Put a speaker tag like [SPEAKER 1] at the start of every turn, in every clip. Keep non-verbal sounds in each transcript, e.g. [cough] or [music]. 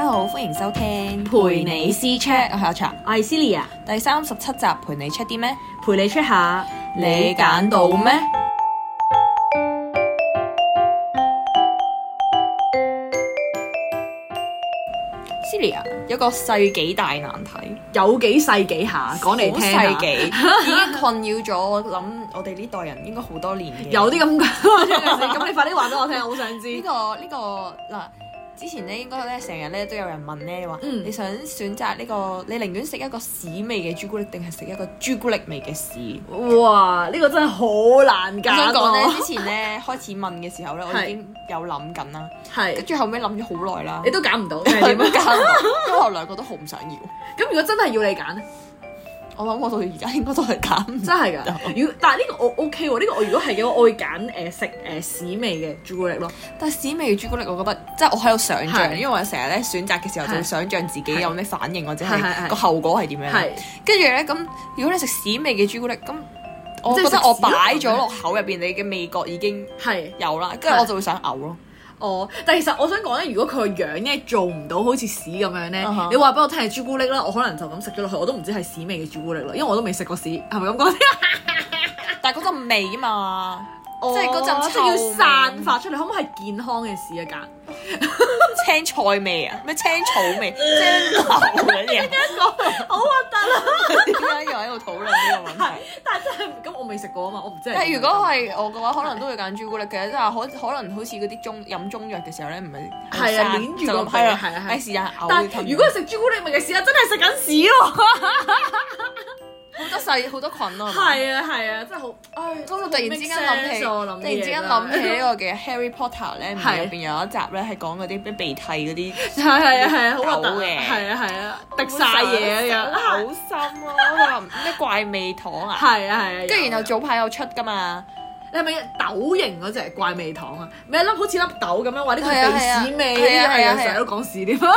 [SPEAKER 1] 好，歡迎收聽
[SPEAKER 2] 陪你私 check
[SPEAKER 1] 我係阿茶，
[SPEAKER 2] 我係 Celia，
[SPEAKER 1] 第三十七集陪你 check 啲咩？
[SPEAKER 2] 陪你 check 下，
[SPEAKER 1] 你揀到咩？？Celia 有個世紀大難題，
[SPEAKER 2] 有幾世紀下講嚟聽
[SPEAKER 1] 好
[SPEAKER 2] 下
[SPEAKER 1] 世
[SPEAKER 2] [laughs]
[SPEAKER 1] 紀已經困擾咗我諗我哋呢代人應該好多年嘅。
[SPEAKER 2] 有啲咁嘅， [laughs] 咁你快啲話俾我聽，好想
[SPEAKER 1] 呢
[SPEAKER 2] 知。
[SPEAKER 1] 個呢個嗱，之前咧應該咧成日咧都有人問咧話，
[SPEAKER 2] 嗯
[SPEAKER 1] 你想選擇呢個，你寧願食一個屎味嘅朱古力，定係食一個朱古力味嘅屎？
[SPEAKER 2] 哇！呢個真係好難
[SPEAKER 1] 我想
[SPEAKER 2] 揀哦
[SPEAKER 1] 講咧，
[SPEAKER 2] 喎，
[SPEAKER 1] 之前咧開始問嘅時
[SPEAKER 2] [laughs]
[SPEAKER 1] 候咧，我已
[SPEAKER 2] 啊係
[SPEAKER 1] 經有諗緊啦，跟
[SPEAKER 2] 係
[SPEAKER 1] 住後尾諗咗好耐
[SPEAKER 2] [laughs]
[SPEAKER 1] 啦
[SPEAKER 2] 你，都揀唔到，
[SPEAKER 1] [laughs]
[SPEAKER 2] 定係點啊？
[SPEAKER 1] 點解因為我兩個都好唔想要，
[SPEAKER 2] 咁如果真係要你揀咧，
[SPEAKER 1] 我諗我到而家應該都係揀唔
[SPEAKER 2] 真
[SPEAKER 1] [laughs]
[SPEAKER 2] 係㗎。
[SPEAKER 1] 哦
[SPEAKER 2] 如果但係呢個我 OK 喎，呢個我如果係嘅話，我會揀誒食誒屎味嘅朱古力咯。
[SPEAKER 1] 但係屎味嘅朱古力，我覺得即係我喺度想像，
[SPEAKER 2] 係
[SPEAKER 1] 因為我成日咧選擇嘅時候就會
[SPEAKER 2] 係
[SPEAKER 1] 想像自己有咩反應或者
[SPEAKER 2] 係係
[SPEAKER 1] 係
[SPEAKER 2] 係
[SPEAKER 1] 個後果係點樣。
[SPEAKER 2] 係
[SPEAKER 1] 跟住咧，咁如果你食屎味嘅朱古力，咁我
[SPEAKER 2] 即係
[SPEAKER 1] 覺得
[SPEAKER 2] 食
[SPEAKER 1] 我
[SPEAKER 2] 屎啊
[SPEAKER 1] 擺咗
[SPEAKER 2] 咯
[SPEAKER 1] 落口入邊，你嘅味覺已經
[SPEAKER 2] 係。
[SPEAKER 1] 有啦，跟住我就會想嘔咯。
[SPEAKER 2] 哦，但係其實我想講咧，如果佢個樣咧做唔到好似屎咁樣咧
[SPEAKER 1] 啊哈
[SPEAKER 2] 你話俾我聽係朱古力啦，我可能就咁食咗落去，我都唔知係屎味嘅朱古力啦，因為我都未食過屎，係咪咁講？
[SPEAKER 1] 但係嗰陣味啊嘛，
[SPEAKER 2] 哦即 [laughs]
[SPEAKER 1] 係嗰陣
[SPEAKER 2] 即係
[SPEAKER 1] 臭味
[SPEAKER 2] 要散發出嚟，可唔可以係健康嘅屎一間？
[SPEAKER 1] 青菜味啊，咩青草味、青牛嗰
[SPEAKER 2] [laughs]
[SPEAKER 1] 啲啊，
[SPEAKER 2] 好核突啦！
[SPEAKER 1] 點解又喺度討論呢個問題？
[SPEAKER 2] 但係真係唔咁，我未食過啊嘛，我唔知係點樣。
[SPEAKER 1] 但係如果係我嘅話，可能都會揀朱古力嘅，即係可可能好似嗰啲中飲中藥嘅時候咧，唔係
[SPEAKER 2] 係啊
[SPEAKER 1] 散
[SPEAKER 2] 捏住
[SPEAKER 1] 就
[SPEAKER 2] 個
[SPEAKER 1] 咁
[SPEAKER 2] 鼻
[SPEAKER 1] 係啊
[SPEAKER 2] 係啊係
[SPEAKER 1] 係是但
[SPEAKER 2] 但
[SPEAKER 1] 嘔
[SPEAKER 2] 係
[SPEAKER 1] 吞
[SPEAKER 2] 如果係食朱古力味嘅屎啊，真係食緊屎喎！
[SPEAKER 1] 好多細好多菌啊，嘛
[SPEAKER 2] 係啊係啊，真係好唉！
[SPEAKER 1] 我突然之間諗起，
[SPEAKER 2] 我諗
[SPEAKER 1] 突
[SPEAKER 2] 嘢
[SPEAKER 1] 然之間諗起呢
[SPEAKER 2] [laughs]
[SPEAKER 1] 個嘅 Harry Potter 咧，唔係
[SPEAKER 2] 係
[SPEAKER 1] 入邊有一集咧係講嗰啲咩鼻涕
[SPEAKER 2] [laughs]
[SPEAKER 1] 嗰啲
[SPEAKER 2] 係係啊係啊，好核突
[SPEAKER 1] 嘔嘅
[SPEAKER 2] 啊係啊係啊，滴晒嘢啊咁樣。
[SPEAKER 1] 好心咯，佢話咩怪味糖啊，
[SPEAKER 2] 係啊係啊，
[SPEAKER 1] 跟住然後
[SPEAKER 2] 後
[SPEAKER 1] 早排有出噶嘛，
[SPEAKER 2] 你係咪豆形嗰只怪味糖啊？咪一粒好似粒豆咁樣，話呢個
[SPEAKER 1] 係啊係
[SPEAKER 2] 係
[SPEAKER 1] 啊
[SPEAKER 2] 鼻屎
[SPEAKER 1] 係
[SPEAKER 2] 味，
[SPEAKER 1] 啊係
[SPEAKER 2] 係
[SPEAKER 1] 啊
[SPEAKER 2] 啊
[SPEAKER 1] 係啊
[SPEAKER 2] 成日都講屎添。 [laughs]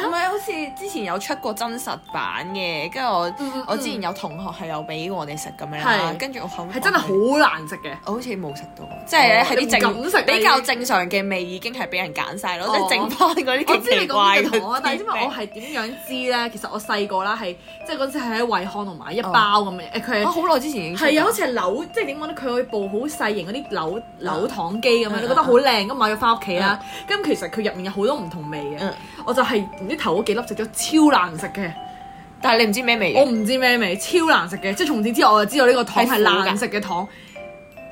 [SPEAKER 1] 唔係好似之前有出過真實版嘅，跟住我
[SPEAKER 2] 嗯嗯
[SPEAKER 1] 我之前有同學係有俾我哋食咁樣啦，
[SPEAKER 2] 係
[SPEAKER 1] 跟住我後尾
[SPEAKER 2] 係真係好難食嘅。
[SPEAKER 1] 我好似冇食到，啊即係咧
[SPEAKER 2] 哦
[SPEAKER 1] 係啲
[SPEAKER 2] 你唔
[SPEAKER 1] 正
[SPEAKER 2] 敢食啊
[SPEAKER 1] 比較正常嘅味已經係俾人揀晒咯，
[SPEAKER 2] 哦
[SPEAKER 1] 即係剩翻嗰啲
[SPEAKER 2] [laughs] 我
[SPEAKER 1] 奇
[SPEAKER 2] 知你
[SPEAKER 1] 奇怪
[SPEAKER 2] 講
[SPEAKER 1] 嘅
[SPEAKER 2] 嘅糖啊，但係因為
[SPEAKER 1] 甜味
[SPEAKER 2] 我係點樣知咧？其實我細個啦，係即係嗰陣時係喺惠康度買一包咁嘅，誒佢
[SPEAKER 1] 啊
[SPEAKER 2] 係
[SPEAKER 1] 好耐之前已經出
[SPEAKER 2] 係啊，好
[SPEAKER 1] 咗
[SPEAKER 2] 似係扭，即係點講咧？佢可以部好細型嗰啲扭扭糖機咁
[SPEAKER 1] 嗯
[SPEAKER 2] 樣，你覺得好靚咁買咗翻屋企啦。咁其實佢入面有好多唔同味嘅
[SPEAKER 1] 嗯，
[SPEAKER 2] 我就係唔知頭嗰幾粒食咗超難食嘅。
[SPEAKER 1] 但係你唔知咩味嘅
[SPEAKER 2] 我唔知咩味，超難食嘅。即係從此之後，我就知道呢個糖係難食嘅糖。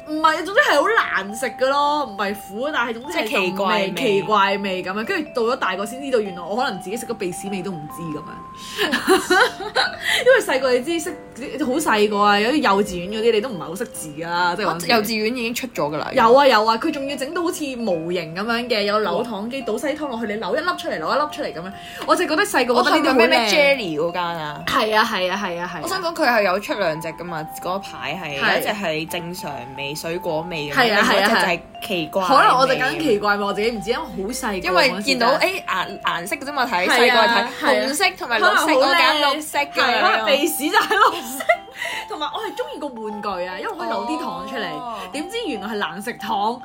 [SPEAKER 2] 唔係，總之係好難食嘅咯，唔係苦，但係總之
[SPEAKER 1] 即係奇怪味
[SPEAKER 2] 係奇怪味咁樣。跟住到咗大個先知道，原來我可能自己食咗鼻屎味都唔知咁樣。 [laughs] 因為細個你知識好細個啊，有啲幼稚園嗰啲你都唔係好識字㗎啦，即係
[SPEAKER 1] 我
[SPEAKER 2] 嗰陣時
[SPEAKER 1] 哦幼稚園已經出咗㗎啦，
[SPEAKER 2] 有啊有啊，佢仲要整到好似模型咁樣嘅，有扭糖機倒西湯落去，你扭一粒出嚟，扭一粒出嚟咁樣。我就覺得細個
[SPEAKER 1] 我
[SPEAKER 2] 覺
[SPEAKER 1] 覺得呢
[SPEAKER 2] 得呢啲
[SPEAKER 1] 個
[SPEAKER 2] 好
[SPEAKER 1] 咩咩
[SPEAKER 2] 靚。
[SPEAKER 1] Jelly 嗰間啊。
[SPEAKER 2] 係啊係啊係啊係啊。
[SPEAKER 1] 我想講佢係有出兩隻噶嘛，嗰個牌係
[SPEAKER 2] 係
[SPEAKER 1] 有一隻係正常味、水果味嘅，
[SPEAKER 2] 係
[SPEAKER 1] 另外
[SPEAKER 2] 啊
[SPEAKER 1] 一隻
[SPEAKER 2] 係啊
[SPEAKER 1] 就
[SPEAKER 2] 係
[SPEAKER 1] 係奇怪。
[SPEAKER 2] 可能我就揀，奇怪喎，我自己唔知，因為好細個
[SPEAKER 1] 因
[SPEAKER 2] 嗰陣時就。
[SPEAKER 1] 為見到誒顏顏色嘅啫嘛，睇
[SPEAKER 2] 係啊
[SPEAKER 1] 細個睇
[SPEAKER 2] 係啊
[SPEAKER 1] 紅色同埋
[SPEAKER 2] 可
[SPEAKER 1] 綠
[SPEAKER 2] 能好
[SPEAKER 1] 色，我揀
[SPEAKER 2] 靚
[SPEAKER 1] 綠色
[SPEAKER 2] 係可
[SPEAKER 1] 嘅。
[SPEAKER 2] 能鼻屎就係綠色，同埋我係中意個玩具啊，因為我可以留啲糖出
[SPEAKER 1] 哦
[SPEAKER 2] 嚟，點知原來係難食糖，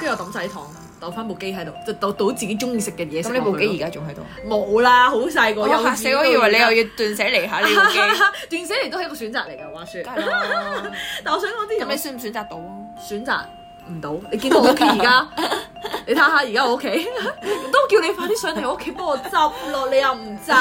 [SPEAKER 2] 跟住我抌晒啲糖，抌翻部機喺度，就倒倒自己中意食嘅嘢食
[SPEAKER 1] 咁你
[SPEAKER 2] 落去咯。
[SPEAKER 1] 部機而家仲喺度？
[SPEAKER 2] 冇啦，好細個，
[SPEAKER 1] 我
[SPEAKER 2] 幼
[SPEAKER 1] 嚇死我，以為你又要斷捨離下你部 [laughs] 機。
[SPEAKER 2] [laughs] 斷捨離都係一個選擇嚟㗎，話説。
[SPEAKER 1] 梗係啦
[SPEAKER 2] 但我想講啲
[SPEAKER 1] 咁
[SPEAKER 2] 人
[SPEAKER 1] 你選唔選擇到啊？
[SPEAKER 2] 選擇唔到，你見到我屋企而
[SPEAKER 1] [laughs]
[SPEAKER 2] 家，你睇下而家我屋企都叫你快啲上嚟我屋企幫我執咯，你又唔制，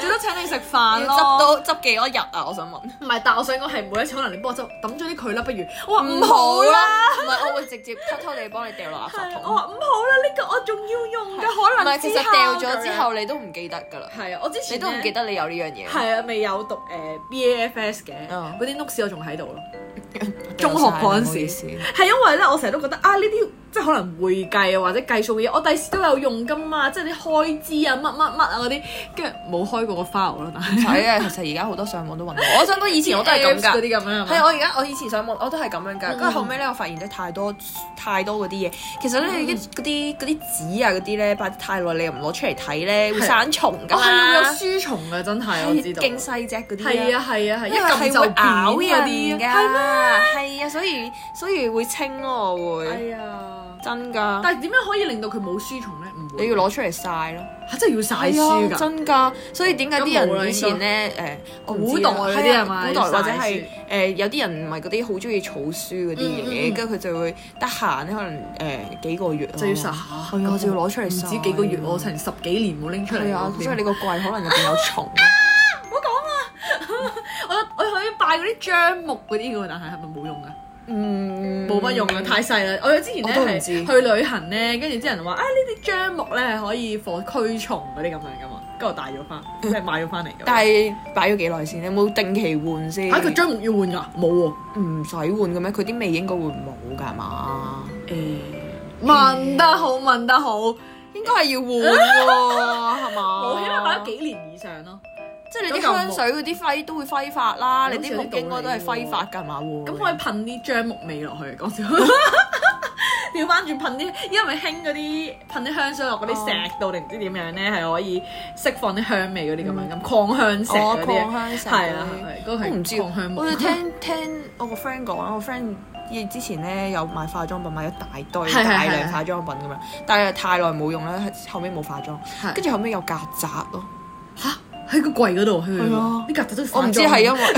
[SPEAKER 2] 最多請你食
[SPEAKER 1] 要
[SPEAKER 2] 飯
[SPEAKER 1] 執
[SPEAKER 2] 咯。
[SPEAKER 1] 到執幾多日啊？我想問。
[SPEAKER 2] 唔係，但我想講係每一次可能你幫我執抌咗啲佢啦，不如我話唔
[SPEAKER 1] 唔
[SPEAKER 2] 好
[SPEAKER 1] 好
[SPEAKER 2] 啦，
[SPEAKER 1] 啦，唔係我會直接偷偷地幫你掉落垃圾
[SPEAKER 2] 係啊
[SPEAKER 1] 桶。
[SPEAKER 2] 我話唔好啦，呢個我仲要用嘅，可
[SPEAKER 1] 唔係
[SPEAKER 2] 能
[SPEAKER 1] 其
[SPEAKER 2] 之
[SPEAKER 1] 實掉
[SPEAKER 2] 後
[SPEAKER 1] 咗之後，你都唔記得㗎啦，
[SPEAKER 2] 係啊，我之前
[SPEAKER 1] 你都唔記
[SPEAKER 2] 得。
[SPEAKER 1] 得你有呢樣嘢。
[SPEAKER 2] 係啊，未有讀誒 BAFS 嘅，
[SPEAKER 1] 嗯
[SPEAKER 2] 嗰啲 notes 我仲喺度咯。
[SPEAKER 1] 中
[SPEAKER 2] 中
[SPEAKER 1] 學
[SPEAKER 2] 學
[SPEAKER 1] 嗰
[SPEAKER 2] 嗰
[SPEAKER 1] 陣
[SPEAKER 2] 陣
[SPEAKER 1] 時
[SPEAKER 2] 時， [laughs] 係因為咧，我成日都覺得啊，呢啲即係可能會計啊或者計數嘅嘢，我第時都有用噶嘛，即係啲開支啊乜乜乜啊嗰啲，跟住冇開過個 file 啦，但係
[SPEAKER 1] 唔
[SPEAKER 2] [laughs]
[SPEAKER 1] 使啊，其實而家好多上網都揾到。我想講以前我都係咁
[SPEAKER 2] Apps 嗰
[SPEAKER 1] 㗎。
[SPEAKER 2] 啲咁啊樣係
[SPEAKER 1] 係
[SPEAKER 2] 咪
[SPEAKER 1] 我而家我以前上網我都係咁樣㗎，跟住
[SPEAKER 2] 嗯
[SPEAKER 1] 後尾咧我發現咗太多太多嗰啲嘢，其實
[SPEAKER 2] 嗯
[SPEAKER 1] 咧一嗰啲嗰啲紙啊嗰啲咧擺得太耐，你又唔攞出嚟睇咧會
[SPEAKER 2] 係
[SPEAKER 1] 生蟲㗎
[SPEAKER 2] 我係要有
[SPEAKER 1] 啦，
[SPEAKER 2] 書蟲嘅，真啊係我知道。
[SPEAKER 1] 勁細隻嗰啲啊
[SPEAKER 2] 係啊係啊係，一撳
[SPEAKER 1] 係
[SPEAKER 2] 就
[SPEAKER 1] 會
[SPEAKER 2] 扁嗰
[SPEAKER 1] 咬人
[SPEAKER 2] 啲
[SPEAKER 1] 㗎，
[SPEAKER 2] 啊，係咩？
[SPEAKER 1] 係啊，所以所以會清咯，我會。
[SPEAKER 2] 係啊，
[SPEAKER 1] 真㗎，
[SPEAKER 2] 但係點樣可以令到佢冇書蟲咧？唔會，
[SPEAKER 1] 你要攞出嚟晒咯。
[SPEAKER 2] 嚇真係要晒書
[SPEAKER 1] 係啊
[SPEAKER 2] 㗎。
[SPEAKER 1] 真㗎。所以點解啲
[SPEAKER 2] 咁冇啦
[SPEAKER 1] 人以前咧誒
[SPEAKER 2] 我唔
[SPEAKER 1] 古
[SPEAKER 2] 知
[SPEAKER 1] 代
[SPEAKER 2] 啦
[SPEAKER 1] 嗰
[SPEAKER 2] 係
[SPEAKER 1] 啲
[SPEAKER 2] 啊
[SPEAKER 1] 係嘛？古代
[SPEAKER 2] 要晒
[SPEAKER 1] 或者係
[SPEAKER 2] 書
[SPEAKER 1] 誒有啲人唔係嗰啲好中意儲書嗰啲
[SPEAKER 2] 嗯嗯嗯
[SPEAKER 1] 嘢，跟住佢就會得閒咧，可能誒幾個月啊
[SPEAKER 2] 就要晒，
[SPEAKER 1] 係啊，就要攞出嚟
[SPEAKER 2] 唔
[SPEAKER 1] 曬
[SPEAKER 2] 止幾個月，我成十幾年冇拎出嚟
[SPEAKER 1] 係啊
[SPEAKER 2] 喎。，
[SPEAKER 1] 所以
[SPEAKER 2] 點
[SPEAKER 1] 你個櫃可能入邊有蟲。啊
[SPEAKER 2] 我我去拜嗰啲樟木嗰啲㗎喎，但係係咪冇用㗎？
[SPEAKER 1] 嗯，
[SPEAKER 2] 冇乜用啊，太細啦！我之前
[SPEAKER 1] 我
[SPEAKER 2] 咧
[SPEAKER 1] 都唔
[SPEAKER 2] 係
[SPEAKER 1] 知
[SPEAKER 2] 去旅行咧，跟住啲人話啊呢啲樟木咧係可以放驅蟲嗰啲咁樣噶嘛，跟住我帶咗翻，即係買咗翻嚟㗎。
[SPEAKER 1] 嗯但係擺咗幾耐先？你有冇定期換先？
[SPEAKER 2] 嚇佢樟木要換㗎？冇
[SPEAKER 1] 唔使換嘅咩？佢啲味應該會冇㗎嘛？
[SPEAKER 2] 喎。誒問得好，問得好，我
[SPEAKER 1] 應該係要換喎，係嘛？
[SPEAKER 2] 起碼擺咗幾年以上咯。
[SPEAKER 1] 即係你啲香水嗰啲揮都會揮發啦，
[SPEAKER 2] 好
[SPEAKER 1] 你
[SPEAKER 2] 似
[SPEAKER 1] 啲木應該都係揮發㗎嘛喎。
[SPEAKER 2] 咁可以噴啲樟木味落去，講
[SPEAKER 1] [laughs]
[SPEAKER 2] 笑。調翻轉噴啲，因為興嗰啲噴啲香水落嗰啲
[SPEAKER 1] 哦
[SPEAKER 2] 石度定唔知點樣咧，係可以釋放啲香味嗰啲咁樣咁擴香石
[SPEAKER 1] 嗯哦
[SPEAKER 2] 嗰啲
[SPEAKER 1] 擴。香石
[SPEAKER 2] 係啊，
[SPEAKER 1] 嗰啲
[SPEAKER 2] 係嗰個係
[SPEAKER 1] 我唔知
[SPEAKER 2] 擴香
[SPEAKER 1] 喎，
[SPEAKER 2] 木
[SPEAKER 1] 我。聽聽我個 friend 講，我 friend 之前咧有買化妝品，買一大堆
[SPEAKER 2] 係係
[SPEAKER 1] 大
[SPEAKER 2] 係
[SPEAKER 1] 量化妝品咁樣，但係太耐冇用啦，後尾冇化妝，
[SPEAKER 2] 係
[SPEAKER 1] 跟住後尾有曱甴咯。
[SPEAKER 2] 嚇喺個櫃嗰度，佢
[SPEAKER 1] 係啊
[SPEAKER 2] 啲曱甴都化
[SPEAKER 1] 我
[SPEAKER 2] 妝
[SPEAKER 1] 唔知係
[SPEAKER 2] [laughs]
[SPEAKER 1] 因為我唔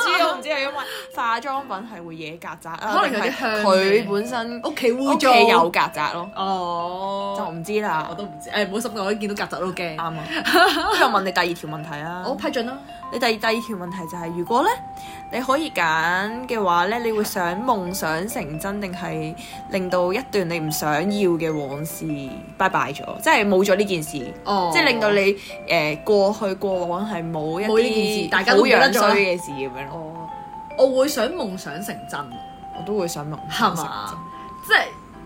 [SPEAKER 1] 知我唔知係因為化妝品係會惹曱甴啊，
[SPEAKER 2] 可能
[SPEAKER 1] 定
[SPEAKER 2] 有啲
[SPEAKER 1] 係
[SPEAKER 2] 香味
[SPEAKER 1] 佢本身
[SPEAKER 2] 屋企
[SPEAKER 1] 屋
[SPEAKER 2] 污
[SPEAKER 1] 企
[SPEAKER 2] 糟
[SPEAKER 1] 有曱甴咯，
[SPEAKER 2] Ờ.
[SPEAKER 1] 就
[SPEAKER 2] 哦，
[SPEAKER 1] 唔知
[SPEAKER 2] 我
[SPEAKER 1] 啦。
[SPEAKER 2] 都唔知誒，唔好心我一見到曱甴都
[SPEAKER 1] 啱
[SPEAKER 2] 驚。
[SPEAKER 1] 啊！
[SPEAKER 2] [laughs]
[SPEAKER 1] 咁又問你第二條問題啊。
[SPEAKER 2] 我批准啦，
[SPEAKER 1] 你第第二條問題就係、如果咧你可以揀嘅話咧，你會想夢想成真，定係令到一段你唔想要嘅往事拜拜咗，即係冇咗呢件事，
[SPEAKER 2] 哦
[SPEAKER 1] 即係令到你誒、呃、過去過往係冇一
[SPEAKER 2] 冇呢件事
[SPEAKER 1] 啲
[SPEAKER 2] 大家
[SPEAKER 1] 好
[SPEAKER 2] 都冇得
[SPEAKER 1] 樣
[SPEAKER 2] 做啦
[SPEAKER 1] 衰嘅事咁樣咯。
[SPEAKER 2] 哦，我會想夢想成真，
[SPEAKER 1] 我都會想夢
[SPEAKER 2] 係
[SPEAKER 1] 想成真
[SPEAKER 2] 嘛？即係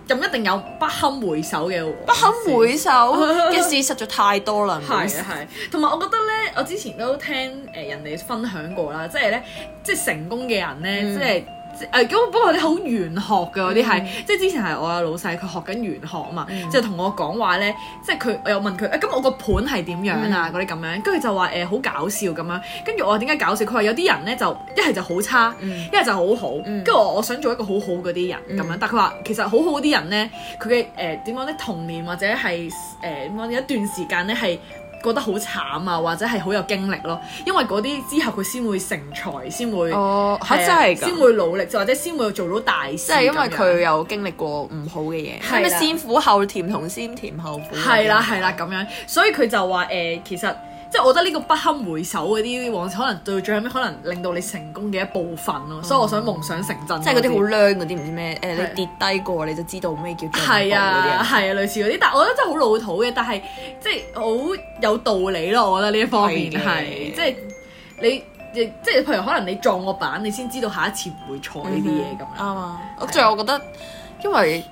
[SPEAKER 2] 咁一定有不堪回首嘅往事，
[SPEAKER 1] 不堪回 [laughs] 首嘅事實在太多啦，唔好意
[SPEAKER 2] 係
[SPEAKER 1] 思
[SPEAKER 2] 啊係，同埋我覺得咧，我之前都聽誒人哋分享過啦，即係咧，即係成功嘅人咧，
[SPEAKER 1] 嗯
[SPEAKER 2] 即係。即誒咁不過你好玄學嘅嗰啲係，即係之前係我有老細佢學緊玄學啊嘛，
[SPEAKER 1] 嗯
[SPEAKER 2] 就同我講話咧，即係佢我又問佢，誒、呃咁我個盤係點樣
[SPEAKER 1] 嗯
[SPEAKER 2] 啊嗰啲咁樣，跟住就話呃誒好搞笑咁樣，跟住我話點解搞笑？佢話有啲人咧就一係就好差，
[SPEAKER 1] 嗯
[SPEAKER 2] 一係就好好，
[SPEAKER 1] 嗯
[SPEAKER 2] 跟住我我想做一個好好嗰啲人咁樣，但佢話其實好好嗰啲人咧，佢嘅誒點講咧童年或者係誒點講有一段時間咧係。覺得好慘啊，或者係好有經歷咯，因為嗰啲之後佢先會成才，先會
[SPEAKER 1] 哦嚇
[SPEAKER 2] 係啊
[SPEAKER 1] 真係㗎
[SPEAKER 2] 先會努力，就或者先會做到大事。
[SPEAKER 1] 即係因為佢有經歷過唔好嘅嘢，
[SPEAKER 2] 係啦
[SPEAKER 1] 咩先苦後甜同先甜後苦。啊
[SPEAKER 2] 係啦係啦咁樣，所以佢就話誒、呃其實即係我覺得呢個不堪回首嗰啲往事，可能到最後尾可能令到你成功嘅一部分咯。所以我想夢想成真，
[SPEAKER 1] 即係嗰啲好靚嗰啲唔知咩，誒
[SPEAKER 2] 係
[SPEAKER 1] 你跌低過你就知道咩叫進步嗰啲
[SPEAKER 2] 係啊，
[SPEAKER 1] 人。
[SPEAKER 2] 係啊，類似嗰啲，但我覺得真係好老土嘅，但係即係好有道理咯。我覺得呢一方面
[SPEAKER 1] 係嘅
[SPEAKER 2] 係即係你亦即係譬如可能你撞個板，你先知道下一次唔會錯呢啲嘢
[SPEAKER 1] 啱
[SPEAKER 2] 咁樣。
[SPEAKER 1] 啊！我最後我覺得，因為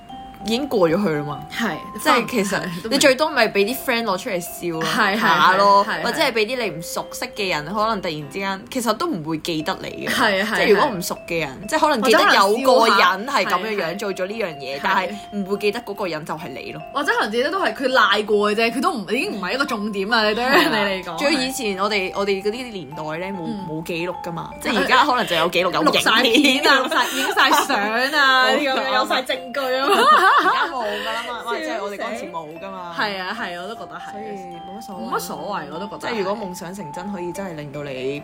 [SPEAKER 1] 已經過咗去啦嘛，
[SPEAKER 2] 係，
[SPEAKER 1] 即係其實
[SPEAKER 2] [laughs] 係
[SPEAKER 1] 你
[SPEAKER 2] 都明
[SPEAKER 1] 最多咪俾啲 friend 攞出嚟笑
[SPEAKER 2] 係係
[SPEAKER 1] 啊下咯，
[SPEAKER 2] 係係
[SPEAKER 1] 或者係俾啲你唔熟悉嘅人，可能突然之間其實都唔會記得你嘅。
[SPEAKER 2] 係係
[SPEAKER 1] 即係如果
[SPEAKER 2] 係
[SPEAKER 1] 唔熟嘅人，即係可能記得有個人係咁樣
[SPEAKER 2] 係係
[SPEAKER 1] 樣做咗呢樣嘢
[SPEAKER 2] 係，
[SPEAKER 1] 但係唔會記得嗰個人就係你咯。
[SPEAKER 2] 或者可能自己都係佢賴過嘅啫，佢都唔已經唔係一個重點啦。你對於你嚟講，
[SPEAKER 1] 仲啊有以前我哋我哋嗰啲年代咧冇
[SPEAKER 2] 嗯
[SPEAKER 1] 冇記錄噶
[SPEAKER 2] [laughs]
[SPEAKER 1] 嘛，即係而家可能就有記錄有
[SPEAKER 2] 錄晒
[SPEAKER 1] 影
[SPEAKER 2] 片啊，錄晒影晒相啊，呢啲咁樣有晒證據啊。
[SPEAKER 1] [laughs] 而家冇噶啦嘛，或者係我哋嗰陣時冇噶嘛。
[SPEAKER 2] 係啊係，我都覺得
[SPEAKER 1] 所以
[SPEAKER 2] 係，
[SPEAKER 1] 冇乜所謂。
[SPEAKER 2] 冇乜所謂，我都覺
[SPEAKER 1] 即
[SPEAKER 2] 得。
[SPEAKER 1] 係如果夢想成真，可以真係令到你，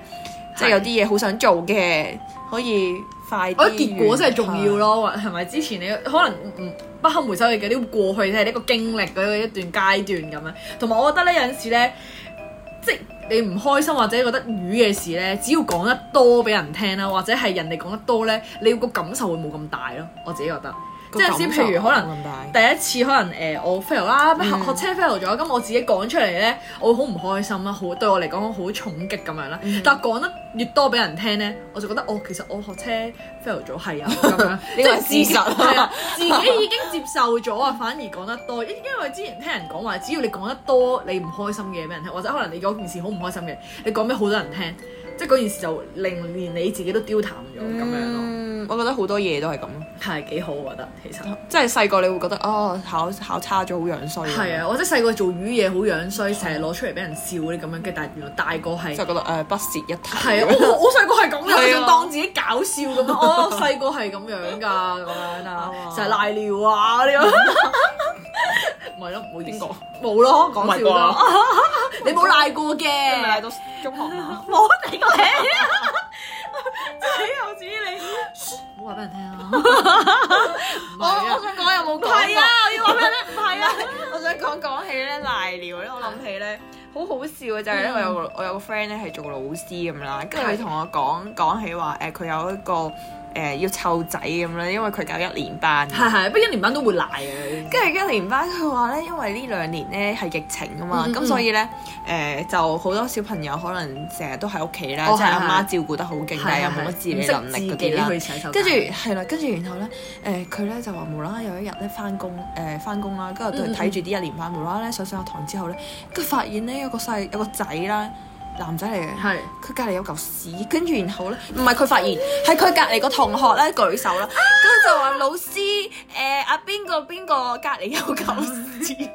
[SPEAKER 1] 即係有啲嘢好想做嘅，可以快啲。
[SPEAKER 2] 我覺得結果真係重要。咯，係咪？之前你可能唔不堪回首嘅嗰啲過去，即係呢個經歷嗰一段階段咁樣。同埋我覺得咧有陣時咧，即係你唔開心或者覺得瘀嘅事咧，只要講得多俾人聽啦，或者係人哋講得多咧，你個感受會冇咁大咯。我自己覺得，即係有陣時譬如可能。
[SPEAKER 1] 咁大，
[SPEAKER 2] 第一次可能誒、呃我 fail 啦，
[SPEAKER 1] 嗯
[SPEAKER 2] 學學車 fail 咗，咁我自己講出嚟咧，我會好唔開心啦，啊好對我嚟講好重擊咁樣啦。
[SPEAKER 1] 嗯
[SPEAKER 2] 但係講得越多俾人聽咧，我就覺得哦，其實我學車 fail 咗係啊咁
[SPEAKER 1] [laughs]
[SPEAKER 2] 樣，即
[SPEAKER 1] 個係
[SPEAKER 2] 係自己
[SPEAKER 1] 事實
[SPEAKER 2] 係啊，自己已經接受咗啊，反而講得多，因因為之前聽人講話，只要你講得多你唔開心嘅嘢俾人聽，或者可能你嗰件事好唔開心嘅，你講俾好多人聽。即係嗰件事就令連你自己都丟淡咗咁樣咯，
[SPEAKER 1] 嗯，我覺得好多嘢都係咁咯，
[SPEAKER 2] 係幾好我覺得其實。
[SPEAKER 1] 即係細個你會覺得哦，考考差咗好樣衰，
[SPEAKER 2] 係啊，，或者細個做魚嘢好樣衰，成日攞出嚟俾人笑嗰啲咁樣，跟住但係原來大個係
[SPEAKER 1] 就覺得誒不屑一提。
[SPEAKER 2] 係啊，我我細個係咁嘅，
[SPEAKER 1] 係
[SPEAKER 2] 我
[SPEAKER 1] 啊
[SPEAKER 2] 想當自己搞笑咁樣，我細個係咁樣噶，咁樣
[SPEAKER 1] [laughs]
[SPEAKER 2] 啊，成日賴尿啊嗰啲咁。唔係咯，唔好意思
[SPEAKER 1] 邊，
[SPEAKER 2] 冇咯，講笑
[SPEAKER 1] 唔係
[SPEAKER 2] 咯， [laughs] 你冇賴過
[SPEAKER 1] 你咪
[SPEAKER 2] 嘅
[SPEAKER 1] 嚟，到中學嘛？
[SPEAKER 2] 我你個
[SPEAKER 1] [laughs]
[SPEAKER 2] 名，仔又指你，唔好話俾人
[SPEAKER 1] [laughs]
[SPEAKER 2] 聽啊！唔
[SPEAKER 1] 我我
[SPEAKER 2] 係啊，
[SPEAKER 1] 想講有冇
[SPEAKER 2] 唔
[SPEAKER 1] 講？
[SPEAKER 2] 係啊，我要話俾人聽，唔係啊。
[SPEAKER 1] 我想講講起咧賴尿咧，我諗起咧好好笑嘅就係咧，
[SPEAKER 2] 嗯
[SPEAKER 1] 我有個我有個 friend 咧係做老師咁啦，跟住佢同我講講起話誒，佢有一個誒、呃要湊仔咁啦，因為佢教一年班。
[SPEAKER 2] 係係，不過一年班都會賴嘅。
[SPEAKER 1] 跟住一年班佢話咧，因為呢兩年咧係疫情啊嘛，
[SPEAKER 2] 嗯嗯
[SPEAKER 1] 咁、
[SPEAKER 2] 嗯
[SPEAKER 1] 所以咧誒、呃就好多小朋友可能成日都喺屋企啦，
[SPEAKER 2] 哦
[SPEAKER 1] 即係阿
[SPEAKER 2] 係
[SPEAKER 1] 媽
[SPEAKER 2] 係
[SPEAKER 1] 照顧得好勁，但係又冇乜自理能力嗰啲啦。跟
[SPEAKER 2] 跟
[SPEAKER 1] 住
[SPEAKER 2] 住
[SPEAKER 1] 係啦，跟住然後咧，誒佢咧就話無啦啦有一日咧翻工，誒翻工啦，跟住佢睇住啲一年班無啦啦咧上上下堂之後咧，跟住發現咧有個細有個仔啦，男仔嚟嘅，
[SPEAKER 2] 係
[SPEAKER 1] 佢隔離有嚿屎，跟住然後咧唔係佢發現，係佢隔離個同學咧舉手啦，跟住就話老師誒阿邊個邊個隔離有嚿屎，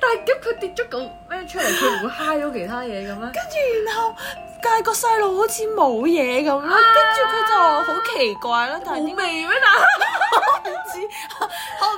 [SPEAKER 2] 但係咁佢跌咗嚿咩出嚟，佢唔會嗨咗其他嘢嘅咩？
[SPEAKER 1] 跟住然後但係個細路好似冇嘢咁啦，跟住佢就好奇怪啦，但係點解啊
[SPEAKER 2] 味咩？但
[SPEAKER 1] 知好，